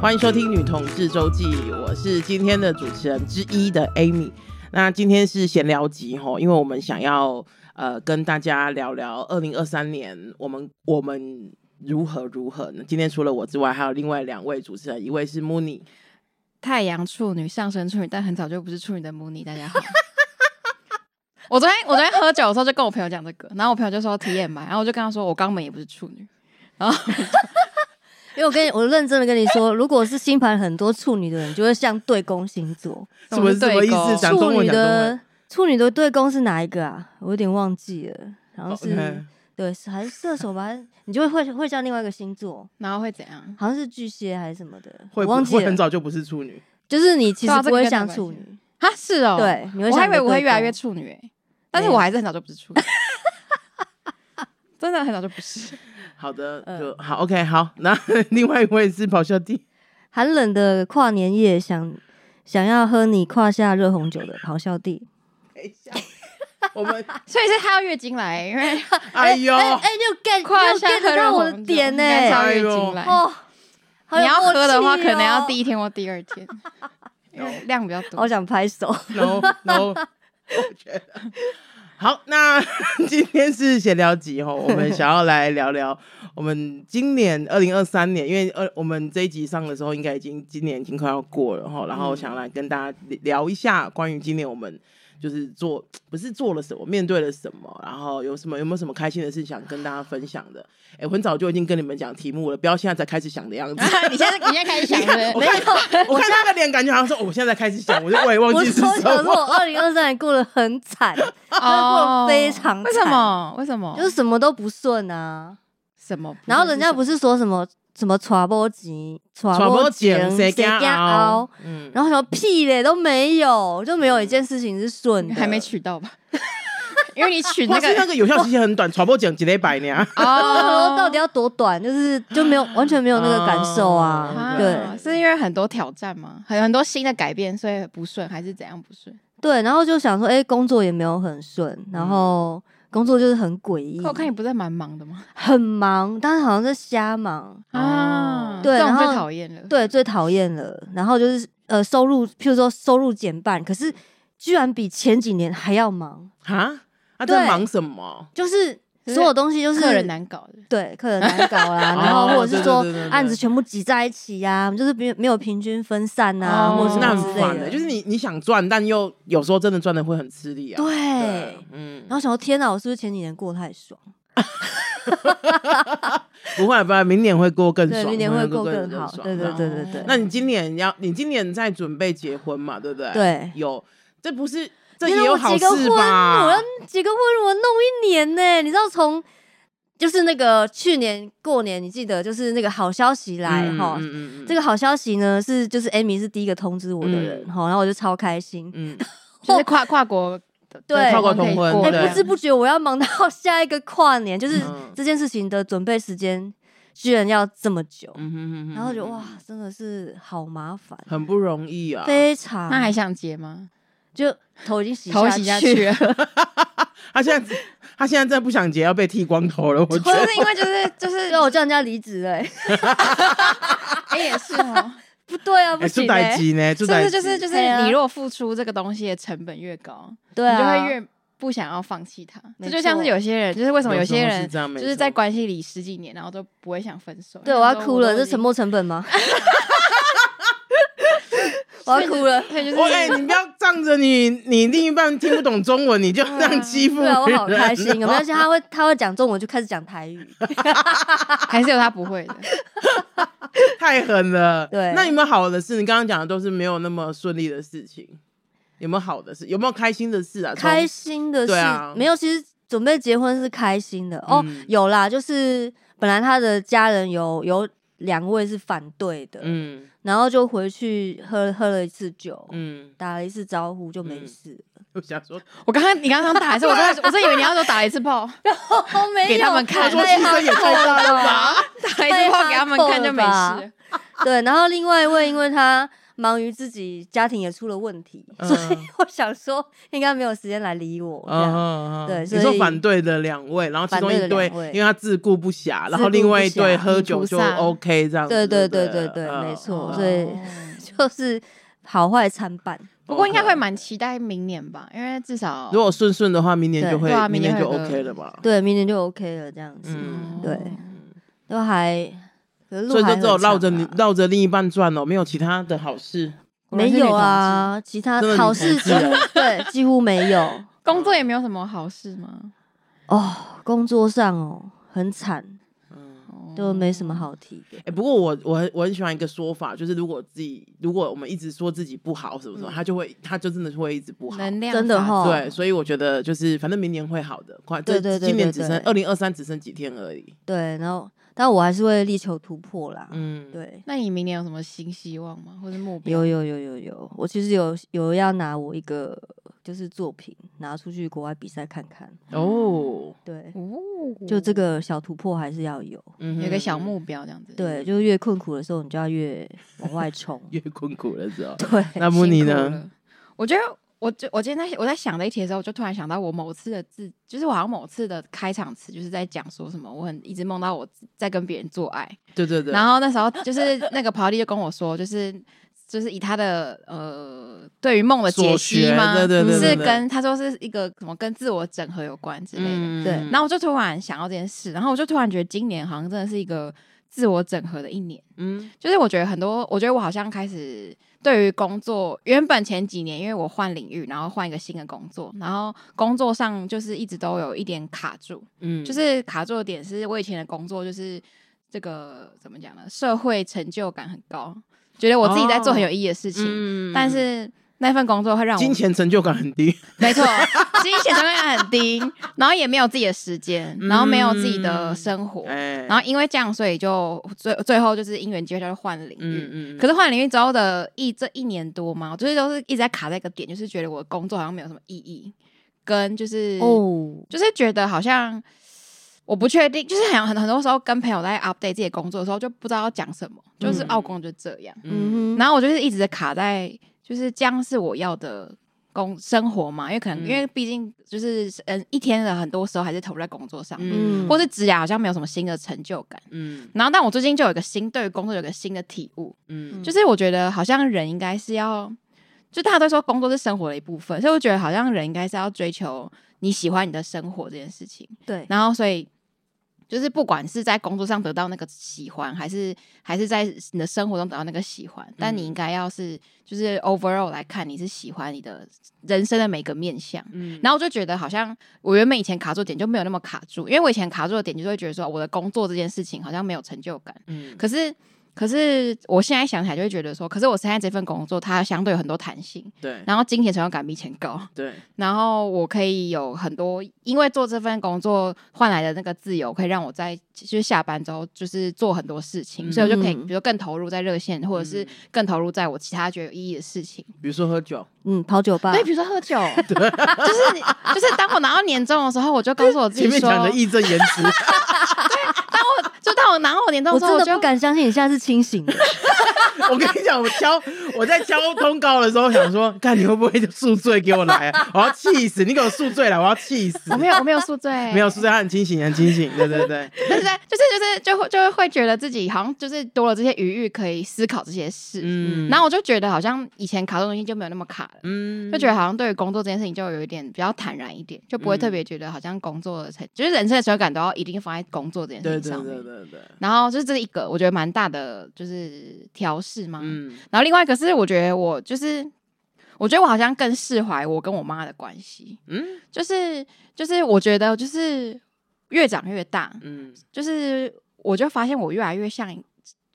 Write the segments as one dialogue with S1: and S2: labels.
S1: 欢迎收听《女同志周记》，我是今天的主持人之一的 Amy。那今天是闲聊集吼，因为我们想要呃跟大家聊聊二零二三年我们我们如何如何呢？今天除了我之外，还有另外两位主持人，一位是 Mooney，
S2: 太阳处女上升处女，但很早就不是处女的母尼。大家好， 我昨天我昨天喝酒的时候就跟我朋友讲这个，然后我朋友就说体验吧，然后我就跟他说我肛门也不是处女，然后
S3: 因为我跟你，我认真的跟你说，如果是星盘很多处女的人，就会像对宫星座，
S1: 什么
S2: 是
S1: 什么
S2: 对
S1: 意思？
S2: 勾
S1: 讲
S3: 处
S1: 中文讲中文。
S3: 女的处女的对宫是哪一个啊？我有点忘记了，好像是、
S1: 哦 OK
S3: 对，是还是射手吧？你就会会会像另外一个星座，
S2: 然后会怎样？
S3: 好像是巨蟹还是什么的，
S1: 会
S3: 我
S1: 不
S3: 忘记
S1: 会
S3: 了
S1: 很。早就不是处女？
S3: 就是你其
S2: 对啊这
S3: 实不
S2: 个
S3: 会
S2: 跟
S3: 像
S2: 没
S3: 处
S2: 关系
S3: 女，
S2: 啊，是哦，，
S3: 对，你会
S2: 我
S3: 像
S2: 还
S3: 你
S2: 以
S3: 的
S2: 为我会
S3: 对
S2: 越来
S3: 宫
S2: 越处女、欸，但是我还是很早就不是 处女，真的很早就不是。
S1: 好的，
S3: 嗯
S1: 就好。OK，好。那 另外一位是咆哮帝，
S3: 寒冷的跨年夜想想要喝你胯下热红酒的咆哮帝。
S1: 等一下， 我们
S2: 所以是他要月经来，因 为
S1: 哎呦，
S3: 哎哎，你有 get
S2: 胯下
S3: 你有 get 到我的点欸呢、
S2: 是要月
S1: 哎呦
S2: 经来。
S3: 哦，好有
S2: 你要
S3: 默
S2: 喝的话，
S3: 契
S2: 可能要
S3: 哦
S2: 第一天或第二 天，因为量比较多
S3: 好。想拍手。
S1: no no，我觉得 好。那 今天是闲聊集哦，我们想要来聊聊我们今年二零二三年，因为呃我们这一集上的时候，应该已经今年已经快要过了哈。然后想来跟大家聊一下关于今年我们。就是做不是做了什么，面对了什么，然后有什么有没有什么开心的事想跟大家分享的？哎、我很早就已经跟你们讲题目了，不要现在才开始想的样子。
S2: 你现在你现在开始想是不是
S1: 我看我看他的脸，感觉好像说，哦我现在才开始想，我就我也忘
S3: 我
S1: 记是
S3: 从
S1: 什
S3: 小说，
S1: 么。
S3: 我二零二三年过得很惨， 过得非常惨
S2: 哦为什么？为什么？
S3: 就是什么都不顺啊。
S2: 什么？
S3: 然后人家不
S2: 是
S3: 是说什么什么传播级、传
S1: 传播
S3: 节
S1: 剪谁
S3: 谁
S1: 跟
S3: 凹
S1: 熬？，嗯，
S3: 然后什么屁嘞都没有，就没有一件事情是顺
S2: 你
S3: 的，
S2: 还没取到吧？ 因为你取
S1: 或
S2: 那
S1: 是那
S2: 个
S1: 个有效期限很短，传播剪几礼拜呢？
S3: 哦， 到底要多短？就是就没有完全没有那个感受啊
S1: 哦。
S3: 对
S2: 啊是因为很多挑战吗？很很多新的改变，所以不顺，还是怎样不顺？
S3: 对，然后就想说，哎，工作也没有很顺，然后工作就是很诡异
S2: 嗯可，我看你不是蛮忙的吗？
S3: 很忙，但是好像在瞎忙。
S2: 啊，
S3: 哦对
S2: 这种
S3: 然
S2: 最
S3: 后
S2: 讨厌了。
S3: 对，最讨厌了。然后就是呃，收入，譬如说收入减半，可是居然比前几年还要忙，
S1: 啊，他
S3: 对
S1: 在忙什么？
S3: 就是
S2: 就是
S3: 所有东西就是
S2: 客人难搞的。
S3: 对客人难搞 啦，
S1: 哦
S3: 然后或者是说
S1: 对对对对对
S3: 案子全部挤在一起呀、就是没有没有平均分散呐、啊，
S2: 哦
S3: 或者
S1: 那
S3: 什么
S1: 很
S3: 之
S1: 烦
S3: 类
S1: 的，
S3: 的，
S1: 就是你你想赚，但又有时候真的赚的会很吃力啊。
S3: 对。
S1: 嗯
S3: 然，后想说，天哪，我是不是前几年过太爽？
S1: 不会啊不会，明年会过更
S3: 对，
S1: 爽，
S3: 明年会过
S1: 过
S3: 更好。
S1: 爽
S3: 对对
S1: 啊
S3: 对对对。
S1: 那你今年要，你今年在准备结婚嘛？对不对？，
S3: 对，
S1: 有，这不是这
S3: 你
S1: 也
S3: 让
S1: 有
S3: 我
S1: 好
S3: 结
S1: 事
S3: 个婚，我
S1: 吧
S3: 要？结个婚，我弄一年呢、你知道从就是那个去年过年，你记得就是那个好消息来哈、
S1: 嗯
S3: 这
S1: 个
S3: 个好消息呢是就是 Amy 是第一个通知我的人
S1: 嗯
S3: 哈、然后我就超开心。
S1: 嗯，
S2: 就是跨跨国的
S3: 对
S2: 的
S3: 跨
S1: 国
S2: 可以
S1: 同婚
S2: 过
S3: 哎、
S1: 对
S3: 不知不觉我要忙到 下一个跨年，就是
S1: 嗯
S3: 这件事情的准备时间居然要这么久，
S1: 嗯哼哼哼
S3: 然后就哇，真的是好麻烦，
S1: 很不容易啊。
S3: 非常。
S2: 那还想结吗？
S3: 就头已经洗
S2: 头洗下 去了，
S1: 他现在他现在真的不想结，要被剃光头 了，我觉
S2: 就
S1: 得。
S2: 是因为就是就 是
S3: 对，
S1: 啊
S3: 我叫人家离职了、哎
S2: 哎也是哦。
S3: 不对啊，不
S1: 哎，出
S3: 行、
S1: 代
S3: 哎
S1: 机呢？出
S2: 是不
S1: 代
S2: 是就是就是
S3: 对啊
S2: 你若付出这个东西的成本越高，
S3: 对
S2: 你
S3: 啊，
S2: 就会越不想要放弃它。
S3: 没
S2: 这
S3: 错
S2: 就像是有些人，就是为什么有些
S1: 有时候是
S2: 人
S1: 这样没
S2: 就
S1: 错
S2: 是在关系里十几年，然后都不会想分手。
S3: 对，
S2: 因
S3: 我
S2: 为
S3: 要
S2: 都
S3: 哭了，
S2: 都已
S3: 这
S2: 经
S3: 沉默成本吗？ 我要哭 了，
S2: 对，就是
S1: 我哎、你不要仗着你你另一半听不懂中文，你就这样欺负
S3: 对
S1: 人、
S3: 啊，我好开心。有没有？他会他会讲中文，就开始讲台 语。
S2: 还是有他不会的。
S1: 太狠了。
S3: 对
S1: 那有没有好的事？你刚刚讲的都是没有那么顺利的事情，有没有好的事？有没有开心的事啊？
S3: 开
S1: 心
S3: 心的
S1: 对
S3: 是、
S1: 啊
S3: 没有，其实准备结婚是开心的哦。
S1: 嗯
S3: 有啦，就是本来他的家人有有两位是反对的，
S1: 嗯
S3: 然后就回去喝喝了一次酒，
S1: 嗯，
S3: 打了一次招呼就没
S1: 嗯
S3: 事 了。
S1: 我想说，
S2: 我刚刚你刚刚打一次，我真的我真以为你要说打一次炮，
S3: 哦，没有，
S2: 给他们看
S1: 他说牺牲也太大了吧？
S2: 打一次炮给他们看就没事了。
S3: 对，然后另外一位，因为他忙于自己家庭也出了问题，
S1: 嗯
S3: 所以我想说应该没有时间来理我。这样
S1: 嗯嗯嗯
S3: 对所
S1: 你说
S3: 以
S1: 反对的两位，然后其
S3: 反
S1: 中一
S3: 对的
S1: 对
S3: 两位，
S1: 因为他自顾不暇，然后
S3: 自顾
S1: 另外
S3: 不
S1: 一对
S3: 暇
S1: 喝
S2: 很
S1: 酒
S2: 菩
S1: 就
S2: 萨
S1: OK 这样子。
S3: 对
S1: 对
S3: 对对对
S1: 对
S3: 对，啊
S1: 了，
S3: 没
S1: 嗯
S3: 错，
S2: 哦
S3: 所以 就是好坏参半。
S2: 不过应该
S1: OK
S2: 会蛮期待明年吧，因为至少
S1: 如果顺顺的话，明年
S3: 对
S1: 就会
S2: 对，啊
S1: 明
S2: 明年
S1: 年就
S2: 会有个
S1: OK 了吧？
S3: 对，明年就 OK 了，这样子
S1: 嗯
S3: 对都还，可是路
S1: 所以就
S3: 还
S1: 只有
S3: 很长
S1: 绕着你
S3: 啊
S1: 绕着另一半转哦，没有其他的好事。
S3: 没有，啊，其他
S1: 真的女
S3: 好
S1: 同
S3: 事
S1: 志哦
S3: 对几乎没有
S2: 果然是女同志工作也没有什么好事嘛，
S3: 哦，工作上哦很惨，
S1: 嗯，
S2: 哦
S3: 就没什么好提的
S1: 哎、。不过我我很我很喜欢一个说法，就是如果自己如果我们一直说自己不好什么什么，
S3: 嗯
S1: 他就会他就真的会一直不好。
S2: 能量
S3: 真的
S2: 法
S3: 齁
S2: 则
S1: 对，所以我觉得就是反正明年会好的，快
S3: 对
S1: 这
S3: 对对
S1: 今年
S3: 对
S1: 只剩二
S3: 对
S1: 零二三只剩几天而已。
S3: 对，然后但我还是会力求突破啦。
S1: 嗯，
S3: 对，
S2: 那你明年有什么新希望吗？或者目标？
S3: 有有有有有，我其实有有要拿我一个就是作品拿出去国外比赛看看。
S1: 哦，
S3: 对，
S2: 哦，
S3: 就这个小突破还是要有。
S1: 嗯
S2: 有一
S1: 哼。
S2: 个小目标这样子。嗯
S3: 对，就是越困苦的时候，你就要越往外冲
S1: 越困苦的时候，
S3: 对，
S1: 那
S2: 辛
S1: 么
S2: 苦
S1: 你呢？
S2: 了？我觉得。我就我今天在我在想这一题的时候，我就突然想到我某次的自，就是我好像某次的开场词就是在讲说什么，我很一直梦到我在跟别人做爱，
S1: 对对对，
S2: 然后那时候就是那个跑弟就跟我说，就是就是以他的呃对于梦的
S1: 所
S2: 解析
S1: 学
S2: 吗？
S1: 对对对对
S2: 是
S1: 对
S2: 跟他说是一个什么跟自我整合有关之类的。
S1: 嗯
S3: 对
S2: 然后我就突然想到这件事，然后我就突然觉得今年好像真的是一个自我整合的一年。
S1: 嗯
S2: 就是我觉得很多，我觉得我好像开始对于工作，原本前几年因为我换领域，然后换一个新的工作，然后工作上就是一直都有一点卡住，
S1: 嗯，
S2: 就是卡住的点是我以前的工作就是这个怎么讲呢？社会成就感很高，觉得我自己在做很有意义的事情，
S1: 哦嗯
S2: 但是那份工作会让我
S1: 金钱成就感很 低，
S2: 没错，金钱成就感很低，然后也没有自己的时间，然后没有自己的生活，
S1: 哎，
S2: 然后因为这样，所以就最最后就是因缘机会，他就换领域。
S1: 嗯嗯，
S2: 可是换领域之后的一这一年多嘛，我就是都是一直在卡在一个点，就是觉得我的工作好像没有什么意义，跟就是
S3: 哦，
S2: 就是觉得好像我不确定，就是很很很多时候跟朋友在 update 自己的工作的时候，就不知道要讲什么，就是
S1: 嗯
S2: 澳工就这样。
S1: 嗯
S3: 嗯哼，
S2: 然后我就是一直卡在，就是这样是我要的工生活嘛，因为可能、
S1: 嗯
S2: 因为毕竟就是嗯一天的很多时候还是投入在工作上，
S1: 嗯
S2: 或是职涯好像没有什么新的成就感。
S1: 嗯
S2: 然后，但我最近就有一个新对于工作有一个新的体悟，
S1: 嗯
S2: 就是我觉得好像人应该是要，就大家都说工作是生活的一部分，所以我觉得好像人应该是要追求你喜欢你的生活这件事情。
S3: 对，
S2: 然后所以就是不管是在工作上得到那个喜欢，还是还是在你的生活中得到那个喜欢，但
S1: 嗯
S2: 你应该要是就是 overall 来看，你是喜欢你的人生的每个面向。
S1: 嗯
S2: 然后我就觉得好像我原本以前卡住的点就没有那么卡住，因为我以前卡住的点就是会觉得说我的工作这件事情好像没有成就感，
S1: 嗯
S2: 可是。可是我现在想起来就会觉得说，可是我现在这份工作它相对有很多弹性，
S1: 对
S2: 然后金钱成就感比以前高，
S1: 对
S2: 然后我可以有很多，因为做这份工作换来的那个自由，可以让我在就是下班之后就是做很多事情，
S1: 嗯
S2: 所以我就可以
S3: 嗯
S2: 比如更投入在热线，或者是更投入在我其他觉得有意义的事情。
S1: 比如说喝酒，
S3: 嗯，跑酒吧
S2: 对，，比如说喝酒， 就是你就是当我拿到年终的时候，我就告诉我自己
S1: 前面
S2: 说，
S1: 讲的义正言辞，
S2: 当我就当我拿到我年终
S3: 我
S2: 之后，我
S3: 真的
S2: 就
S3: 不敢相信你现在是清 醒的。
S1: 我跟你讲，我交我在交通告的时候想说，看你会不会就宿醉给我来、啊， 我要气死！你给我宿醉来，我要气死！
S2: 我没有我没有宿醉，
S1: 没有宿醉，他很清醒，很清 醒，对对对，
S2: 就是在就是就是就会就会会觉得自己好像就是多了这些余裕可以思考这些事，
S1: 嗯，
S2: 然后我就觉得好像以前卡的东西就没有那么卡了。
S1: 嗯嗯
S2: 就觉得好像对于工作这件事情就有一点比较坦然一点，就不会特别觉得好像工作的成，就是人生的成就感都要一定放在工作这件
S1: 对
S2: 事
S1: 对
S2: 情上面。
S1: 对对对，
S2: 然后就是这一个，我觉得蛮大的就是调试嘛。
S1: 嗯
S2: 然后另外一个是，我觉得我就是，我觉得我好像更释怀我跟我妈的关系，
S1: 嗯
S2: 就是就是我觉得就是越长越大，
S1: 嗯
S2: 就是我就发现我越来越像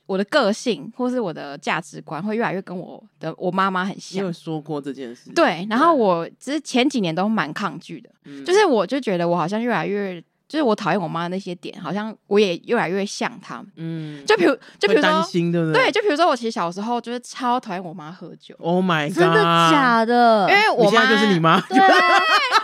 S2: 我的个性或是我的价值观会越来越跟我的我妈妈很
S1: 你
S2: 像
S1: 有。说过这件事，
S2: 对，然后我其实前几年都蛮抗拒的，
S1: 嗯
S2: 就是我就觉得我好像越来越，就是我讨厌我妈的那些点，好像我也越来越像他们。
S1: 嗯，
S2: 就比如，就比
S1: 会
S2: 如
S1: 担
S2: 说，
S1: 心，对不
S2: 对，？就比如说，我其实小时候就是超讨厌我妈喝酒，
S1: ，Oh my god，
S3: 真的假的
S2: 因？为
S1: 呃你
S2: 我
S1: 现
S2: 妈
S1: 在就是你，妈，
S3: 对啊，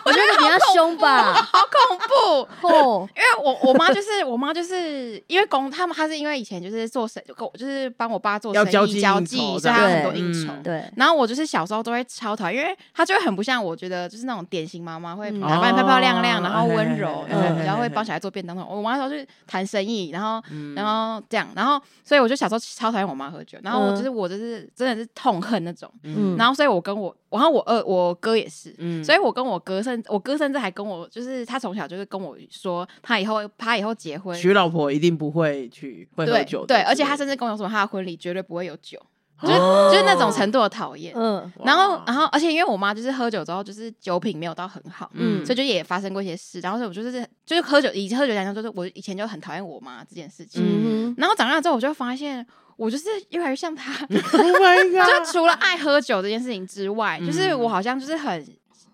S3: 我觉得比他凶吧。
S2: 好恐恐怖。
S3: 哦，
S2: 因为我我妈就是我妈就是因为公他们她是因为以前就是做生就跟我就是帮我爸做
S1: 要
S2: 生
S1: 交际
S2: 意交
S1: 应
S2: 际，
S1: 酬
S2: 所以
S1: 这样
S2: 她有很多
S1: 对
S2: 应
S1: 嗯
S2: 酬。
S3: 对，
S2: 然后我就是小时候都会超讨厌，因为她就会很不像我觉得就是那种典型妈妈会
S3: 嗯
S2: 打扮漂漂亮亮，
S1: 哦
S2: 然后温柔，
S1: 嘿
S3: 嘿嘿
S2: 然后
S1: 嘿嘿嘿
S2: 比较会 帮小孩做便当那种。我妈那时候就是谈生意，然后
S1: 嗯
S2: 然后这样，然后所以我就小时候超讨厌我妈喝酒，然后我就是我就是真的是痛恨那种。
S1: 嗯
S2: 然后所以我跟我，然后我二我哥也是，
S1: 嗯
S2: 所以我跟我哥甚，我哥甚至还跟我，就是他从小就是跟我说，他以后他以后结婚，
S1: 娶老婆一定不会去会喝
S2: 对
S1: 酒的之类的，
S2: 对，
S1: 哦
S2: 而且他甚至跟我说，他的婚礼绝对不会有酒，就是
S1: Oh
S2: 就是那种程度的讨厌。
S3: 嗯
S1: 哇
S2: 然后然后，而且因为我妈就是喝酒之后，就是酒品没有到很好。
S1: 嗯
S2: 所以就也发生过一些事，然后所以我就是就是喝酒，以前喝酒来讲，就是我以前就很讨厌我妈这件事情。
S3: 嗯
S2: 然后长大之后，我就发现我就是越来越像她，
S1: Oh my
S2: 就除了爱喝酒这件事情之外，
S1: 嗯
S2: 就是我好像就是很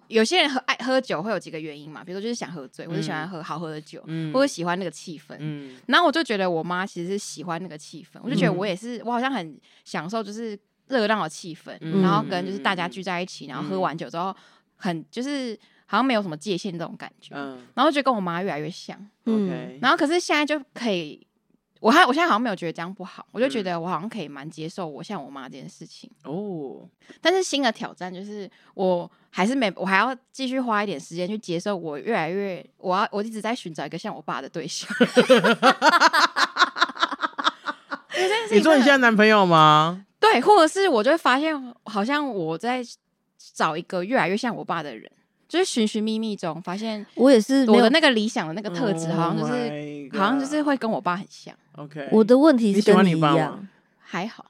S2: 有些人喝爱喝酒会有几个原因嘛，比如说就是想喝醉，或者喜欢喝好喝的酒，
S1: 嗯
S2: 或者喜欢那个气氛。
S1: 嗯
S2: 然后我就觉得我妈其实是喜欢那个气氛，我就觉得
S1: 嗯
S2: 我也是，我好像很享受就是热闹的气氛，
S1: 嗯
S2: 然后跟就是大家聚在一起，然后喝完酒之后很就是好像没有什么界限这种感觉，
S1: 嗯
S2: 然后就跟我妈越来越像。
S1: ，OK，
S2: 然后可是现在就可以，我还我现在好像没有觉得这样不好，我就
S1: 嗯
S2: 觉得我好像可以蛮接受我像我妈这件事情。
S1: 哦，
S2: 但是新的挑战就是，我还是没，我还要继续花一点时间去接受我越来越，我要我一直在寻找一个像我爸的对 象。因为这件事情
S1: 你说你
S2: 真的
S1: 现在男朋友吗？
S2: 对，或者是我就会发现，好像我在找一个越来越像我爸的人，就是寻寻觅觅中发现
S3: 我也是没
S2: 我
S3: 有
S2: 的那个理想的那个特质，好像就是
S1: Oh my God
S2: 好像就是会跟我爸很像，
S1: OK，
S3: 我的问题
S1: 你
S3: 是
S1: 喜欢
S3: 跟
S1: 你
S3: 一
S1: 爸吗
S3: 样，
S2: 还好。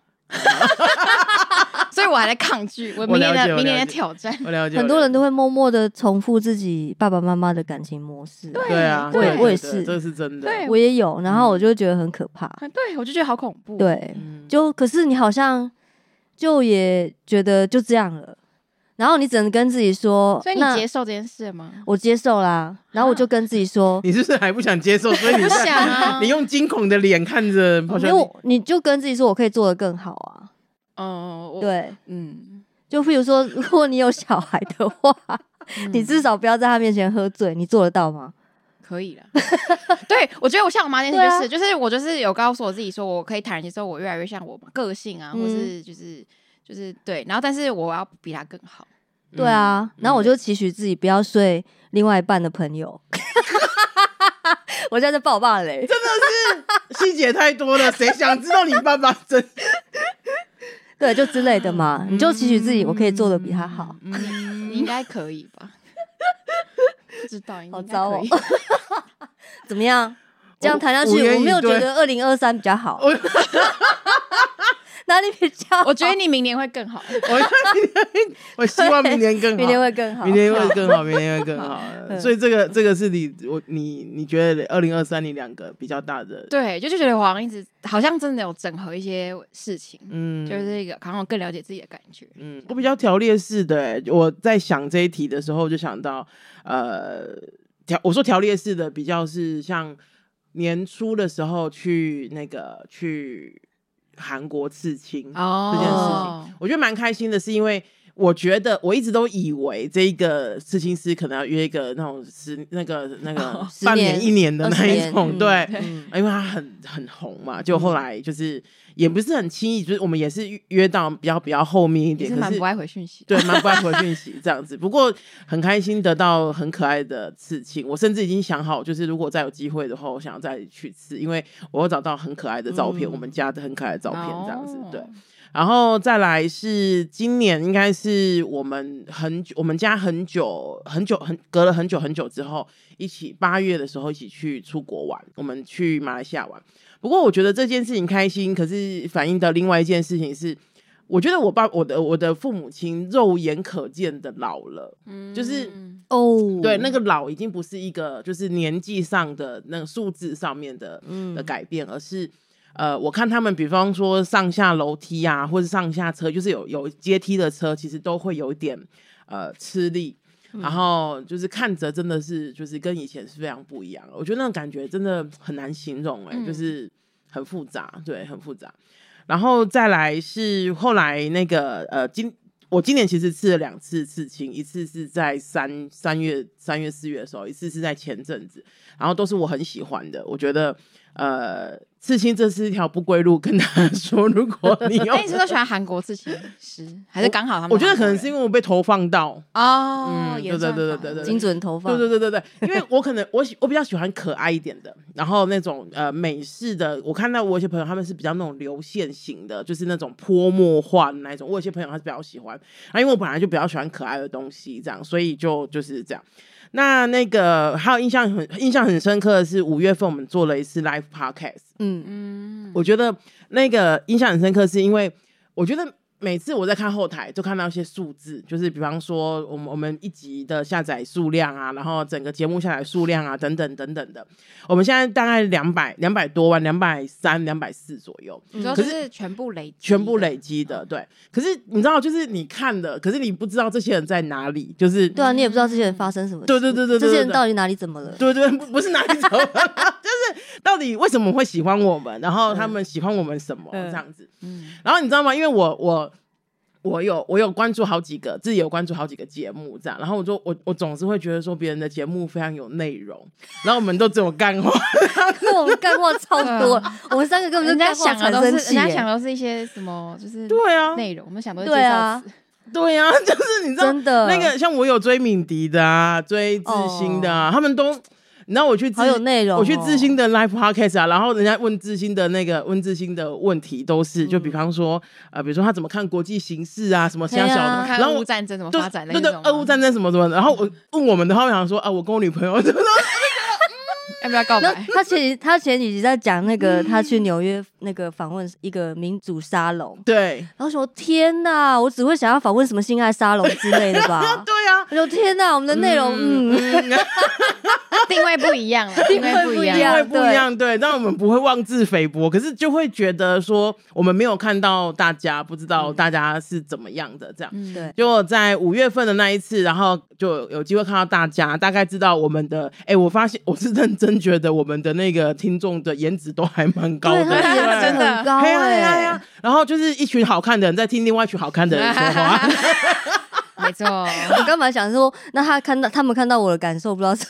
S2: 所以我还在抗拒，我
S1: 我
S2: 明年
S1: 了解
S2: 的
S1: 我
S2: 明
S1: 了
S2: 年的
S1: 解
S2: 挑战。
S1: 我了解，
S3: 很多人
S1: 我了
S3: 都会默默的重复自己爸爸妈妈的感情模式，
S1: 解对啊，
S3: 我也
S1: 对
S3: 我也
S1: 对
S3: 是
S1: 这个是真的，
S2: 对
S3: 我也有，然后我就觉得很可怕，
S2: 啊对，我就觉得好恐怖。，
S3: 对，
S1: 嗯，
S3: 就可是你好像就也觉得就这样了，然后你只能跟自己说，
S2: 所以你
S3: 哦那
S2: 接受啊这件事吗？
S3: 我接受啦，然后我就跟自 己说，
S1: 你是不是还不想接受？所以你
S2: 不
S1: 在
S2: 想啊，
S1: 你用惊恐的脸看着
S3: 哦没
S1: 跑圈，
S3: 有，你就跟自己说我可以做得更好啊，
S2: 哦，我，
S3: 对，
S2: 嗯，
S3: 就譬如说，如果你有小孩的话，
S2: 嗯
S3: 你至少不要在他面前喝醉，你做得到吗？
S2: 可以了。 对，我觉得我像我妈那件事，
S3: 对啊
S2: 就是就是我就是有告诉我自己说，我可以坦然接受我越来越像我妈个性啊，
S3: 嗯
S2: 或是就是就是对，然后但是我要比她更好。
S1: 嗯
S3: 对啊，然后我就期许自己不要睡另外一半的朋友。 我现在在爆爸嘞，
S1: 细节太多了，谁想知道你爸爸真？
S3: 对，就之类的嘛，
S1: 嗯
S3: 你就期许自己我可以做的比他好。嗯
S2: 你应该可以吧？ 不知道，应该
S3: 好糟哦
S2: 可以
S3: 怎么样？这样谈下去，
S1: 无言以
S3: 我没有
S1: 对
S3: 觉得二零二三比较好
S1: 我，
S3: 哪里比较好？
S2: 我觉得你明年会更好。
S1: 我我希望明年更好，
S3: 明年会更好。
S1: 明年会更好，明年会更好。
S3: 嗯
S1: 所以这个这个是你我你你觉得二零二三你两个比较大的，
S2: 对，就就觉得我好像一直好像真的有整合一些事情，
S1: 嗯，
S2: 就是一个好像更了解自己的感觉。
S1: 嗯，我比较条列式的欸、我在想这一题的时候，就想到，呃，条我说条列式的比较是像年初的时候去那个去韩国刺青，
S2: 哦
S1: 这件
S3: 事
S1: 情我觉得蛮开心的，是因为我觉得我一直都以为这一个刺青师可能要约一个那种十那个那
S2: 哦
S1: 个
S3: 十
S1: 半年
S3: 年
S1: 一年的
S3: 20
S1: 那一
S3: 年
S1: 种，
S2: 嗯
S1: 对，
S3: 嗯
S1: 因为他很很红嘛，就后来
S2: 嗯
S1: 就是也不是很轻易，就是我们也是约约到比较比较后面一
S2: 也
S1: 点，
S2: 是
S1: 可
S2: 蛮
S1: 是
S2: 不爱回讯息的。
S1: 对蛮不爱回讯息这样子。不过很开心得到很可爱的刺青，我甚至已经想好，就是如果再有机会的话，我想要再去刺，因为我又找到很可爱的照片，
S3: 嗯
S1: 我们家的很可爱的照片这样子
S2: 哦，
S1: 对。然后再来是今年，应该是我们很久，我们家很久很久很隔了很久很久之后，一起八月的时候一起去出国玩，我们去马来西亚玩。不过我觉得这件事情开心，可是反映到另外一件事情是，我觉得我爸我的我的父母亲肉眼可见的老了，
S2: 嗯
S1: 就是
S3: 哦，
S1: 对那个老已经不是一个就是年纪上的那个数字上面的
S3: 嗯
S1: 的改变，而是呃，我看他们，比方说上下楼梯啊，或者上下车，就是有有阶梯的车，其实都会有一点呃吃力。然后就是看着真的是就是跟以前是非常不一样的，我觉得那种感觉真的很难形容哎、
S2: 嗯
S1: 就是很复杂，对，很复杂。然后再来是后来那个呃，今我今年其实刺了两次刺青，一次是在三三月、三月、四月的时候，一次是在前阵子，然后都是我很喜欢的。我觉得，呃，刺青这是一条不归路。跟大家说，如果 你有
S2: 哎，，你是都喜欢韩国刺青师，还是刚好他们韩
S1: 我
S2: 国人？
S1: 觉得可能是因为我被投放到，
S2: 哦，
S1: 嗯
S2: 也
S1: 对对对
S2: 算
S1: 对
S2: 好
S1: 对对
S3: 精准投放
S1: 对，对对对对，因为我可能我喜我比较喜欢可爱一点的，然后那种呃美式的，我看到我有些朋友他们是比较那种流线型的，就是那种泼墨画的那一种，我有些朋友他是比较喜欢，啊，因为我本来就比较喜欢可爱的东西，这样，所以就就是这样。那那个还有印象很印象很深刻的是五月份我们做了一次 live podcast，
S3: 嗯，
S2: 嗯，
S1: 我觉得那个印象很深刻，是因为我觉得每次我在看后台，就看到一些数字，就是比方说我们我们一集的下载数量啊，然后整个节目下载数量啊，等等等等的。我们现在大概两百两百多万，两百三、两百四左右。
S2: 你
S1: 嗯
S2: 说
S1: 可
S2: 就是是全部累积的，
S1: 全部累积的，对。可是你知道，就是你看的，可是你不知道这些人在哪里，就是
S3: 对啊，你也不知道这些人发生什么事，
S1: 对对对对对
S3: 这些人
S1: 对
S3: 到底哪里怎么了？
S1: 对对，不不是哪里走， 就是到底为什么会喜欢我们，然后他们喜欢我们什么、
S3: 嗯
S1: 这样子。
S2: 嗯
S1: 然后你知道吗？因为我我我有我有关注好几个，自己有关注好几个节目这样，然后我就我我总是会觉得说别人的节目非常有内容，然后我们都只有干 话，
S3: 因 为我们干话超多，
S1: 嗯
S3: 我们三个根本
S2: 人
S3: 就
S2: 家
S3: 干话
S2: 想的
S3: 产
S2: 都是，
S3: 生
S2: 人
S3: 器
S2: 家想的
S3: 耶，
S2: 都是一些什么，就是
S1: 对啊，
S2: 内容，我们想都是
S3: 对啊
S2: 介绍词
S1: 对啊，就是你知道
S3: 真的
S1: 那个像我有追敏迪的啊，追志新的啊，他们都。你知道我去自
S3: 哦好有内容哦
S1: 我去志新的 live podcast 啊，然后人家问志新的那个问志新的问题都是，
S3: 嗯
S1: 就比方说，呃，比如说他怎么看国际形势啊，什么小小
S3: 对
S1: 的
S3: 啊，
S1: 然
S2: 看
S1: 后
S2: 俄
S1: 我
S2: 乌战争怎么
S1: 对
S2: 哦发展类
S1: 对
S2: 那
S1: 对，
S2: 种吗，啊嗯
S1: 俄乌战争什么什么的，然后我问我们的话，我想说啊，我跟我女朋友 怎么
S2: 要不要告
S3: 然
S2: 白
S3: 后？ 他前几他前几集在讲那个他去纽约那个访问一个民主沙龙，
S1: 对。
S3: 然后说天哪，我只会想要访问什么性爱沙龙之类的吧
S1: 对啊，
S3: 我说天哪，我们的内容，嗯，
S2: 定位不 一样了，定位不 一
S3: 定
S1: 因
S2: 样
S3: 位
S1: 为不一样，对，让我们不会妄自菲薄，可是就会觉得说我们没有看到大家，不知道大家是怎么样的这样。
S2: 嗯
S3: 对，
S1: 就在五月份的那一次，然后就有机会看到大家，大概知道我们的。哎、我发现我是认真觉得我们的那个听众的颜值都还蛮高
S3: 对，
S1: 的，
S3: 他
S2: 的
S3: 的颜
S2: 对
S3: 值
S2: 真的欸
S3: 很高
S1: 嘿呀嘿呀嘿呀
S3: 哎，
S1: 然后就是一群好看的人在听另外一群好看的人说话，
S2: 没 错，
S3: 我刚本来想说，那他看到他们看到我的感受，不 知道是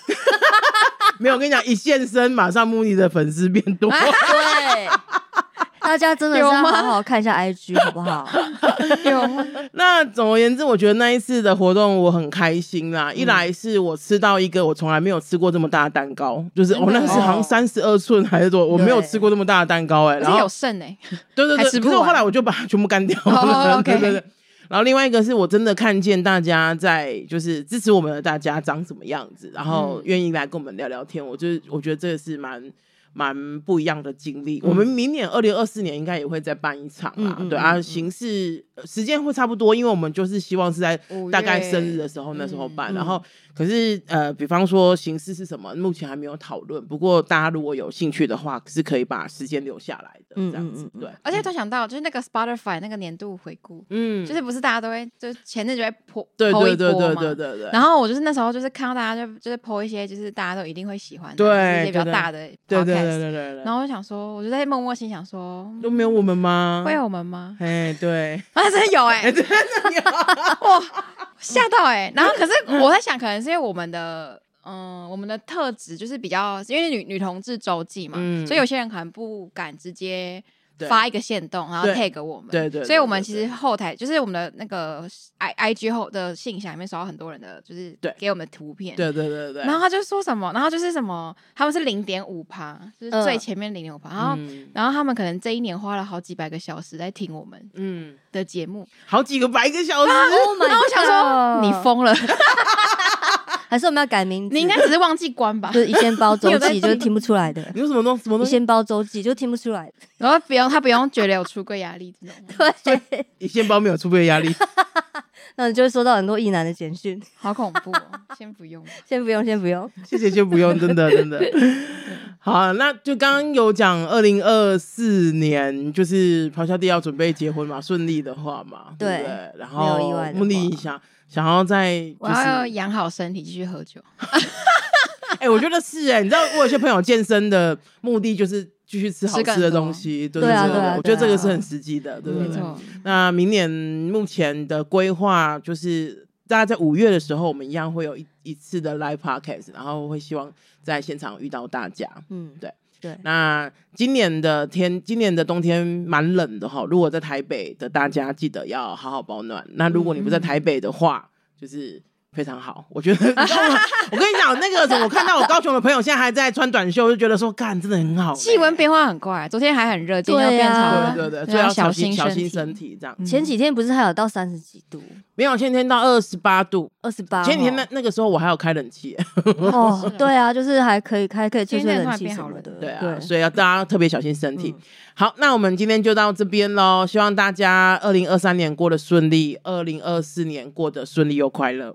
S1: 没有，我跟你讲，一现身马上穆尼的粉丝变多。
S2: 啊
S3: 对，大家真的是要
S2: 有吗
S3: 好好看一下 IG 好 不好？
S2: 有吗？
S1: 那总而言之，我觉得那一次的活动我很开心啦。
S2: 嗯
S1: 一来是我吃到一个我从来没有吃过这么大的蛋糕，就是我、
S2: 真的
S1: 那个是好像
S3: 哦
S1: 三十二寸还是多，我没有
S3: 对
S1: 吃过这么大的蛋糕哎、
S2: 而
S1: 然
S2: 且
S1: 后
S2: 有剩哎，
S1: 对对
S2: 还
S1: 对，
S2: 吃
S1: 可
S2: 不
S1: 是我后
S2: 完
S1: 来我就把它全部干掉了。
S2: 哦
S1: 对对
S2: OK
S1: 对。然后另外一个是我真的看见大家在就是支持我们的大家长什么样子，然后
S2: 嗯
S1: 愿意来跟我们聊聊天，我就是我觉得这个是蛮蛮不一样的经历。
S2: 嗯
S1: 我们明年二零二四年应该也会再办一场啦，
S3: 嗯嗯
S1: 对啊，形式呃时间会差不多，因为我们就是希望是在
S2: 五
S1: 大概
S2: 月
S1: 生日的时候那时候办，
S3: 嗯
S1: 然后可是呃，比方说形式是什么，目前还没有讨论。不过大家如果有兴趣的话，是可以把时间留下来的，
S3: 嗯
S1: 这样子
S3: 嗯嗯
S1: 对。
S2: 而且突然想到，就是那个 Spotify 那个年度回顾，
S1: 嗯，
S2: 就是不是大家都会，就是前阵就会泼，
S1: 对
S2: 泼一
S1: 对对
S2: 波
S1: 对
S2: 嘛
S1: 对对对。
S2: 然后我就是那时候就是看到大家就就是 PO 一些就是大家都一定会喜欢的，
S1: 对
S2: 就是一些比较
S1: 对对
S2: 大的 podcast，
S1: 对对对对对对，嗯
S2: 然后我就想说，我就在默默心想说，
S1: 都没有我们吗？
S2: 会有我们吗？
S1: 哎，对，
S2: 啊，真的有 哎、哇，吓到哎、然后可是我在想，可能是因为我们的。嗯，我们的特质就是比较，因为女女同志周记嘛，
S1: 嗯
S2: 所以有些人可能不敢直接
S1: 对
S2: 发一个线动，然后
S1: 对
S2: tag 我们，
S1: 对对对
S2: 所以我们
S1: 对
S2: 其实后台就是我们的那个 i i g 后的信箱里面收到很多人的，就是
S1: 对
S2: 给我们的图片，
S1: 对对对对。
S2: 然后他就说什么，然后就是什么，他们是零点五趴，就是最
S3: 嗯
S2: 前面零点五趴，然后、
S1: 啊嗯
S2: 然后他们可能这一年花了好几百个小时在听我们
S1: 嗯，
S2: 的节目，
S1: 好几个白一个小时，
S3: Oh my
S2: 然后啊我想说
S3: God
S2: 你疯 了，
S3: 还是我们要改名字？
S2: 你应该只是忘记关吧
S3: 就。是一线包周
S2: 你有在
S3: 记，就是听不出来的。
S1: 你有什么东什么
S3: 一
S1: 东西？
S3: 线包周记就听不出来的，
S2: 然后不用他不用觉得有出柜压力这种，
S3: 对，
S1: 你现包没有出柜压力，
S3: 那你就会收到很多意男的简讯。
S2: 好恐怖、哦。先不 用，
S3: 先不用，先不用，
S1: 谢谢，先不用，真的 真的。好，那就刚刚有讲二零二四年，就是咆哮帝要准备结婚嘛，顺利的话嘛，对不
S3: 对
S1: 对？然
S3: 没有意
S1: 后
S3: 外的
S1: 目的
S3: 话
S1: 想想要在就
S2: 我
S1: 是，
S2: 要
S1: 哎、
S2: 养好身体，继续喝酒。
S1: 哎我觉得是哎、你知道我有些朋友健身的目的就是继续吃好
S2: 吃更
S1: 吃的
S2: 多
S1: 东西，对
S3: 对啊
S1: 对
S3: 对啊啊
S1: 我觉得这
S3: 对啊
S1: 个是很实际的，对对
S2: 没
S1: 对。
S2: 错，
S1: 那明年目前的规划就是，大家在五月的时候，我们一样会有一一次的 live podcast，然后会希望在现场遇到大家。
S3: 嗯，
S1: 对
S3: 对，
S1: 那今年的天，今年的冬天蛮冷的哈。如果在台北的大家，记得要好好保暖。那如果你不在台北的话，就是非常好。我觉得，你知道吗我跟你讲，那个什么，我看到我高雄的朋友现在还在穿短袖，就觉得说，干，真的很好、欸
S2: 气温变化很快，啊昨天还很热，今天又
S3: 对
S2: 变
S3: 啊
S2: 潮，
S1: 对对对，
S2: 对
S1: 所以
S2: 啊
S1: 要
S2: 小
S1: 小心小心身
S2: 身。
S1: 体，这样。
S2: 嗯
S3: 前几天不是还有到三十几度，
S1: 没有，前天到二十八度，
S3: 二十八，
S1: 前几天那那个时候我还有开冷气、
S3: 哦，对啊，就是还可以，还可以吹
S2: 今
S3: 吹
S2: 天突
S3: 冷
S2: 然
S3: 气
S2: 变
S3: 什
S2: 好
S3: 么
S2: 了
S3: 的，
S1: 对啊，嗯所以要大家特别小心身体。好，那我们今天就到这边喽，希望大家二零二三年过得顺利，二零二四年过得顺利又快乐。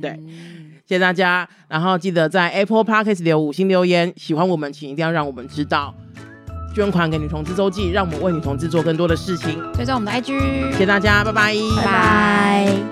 S1: 对，
S2: 嗯
S1: 谢谢大家，然后记得在 Apple Podcast 留五星留言，喜欢我们请一定要让我们知道，捐款给女同志周记，让我们为女同志做更多的事情。
S2: 追踪我们的 IG，
S1: 谢谢大家，拜拜
S3: 拜拜。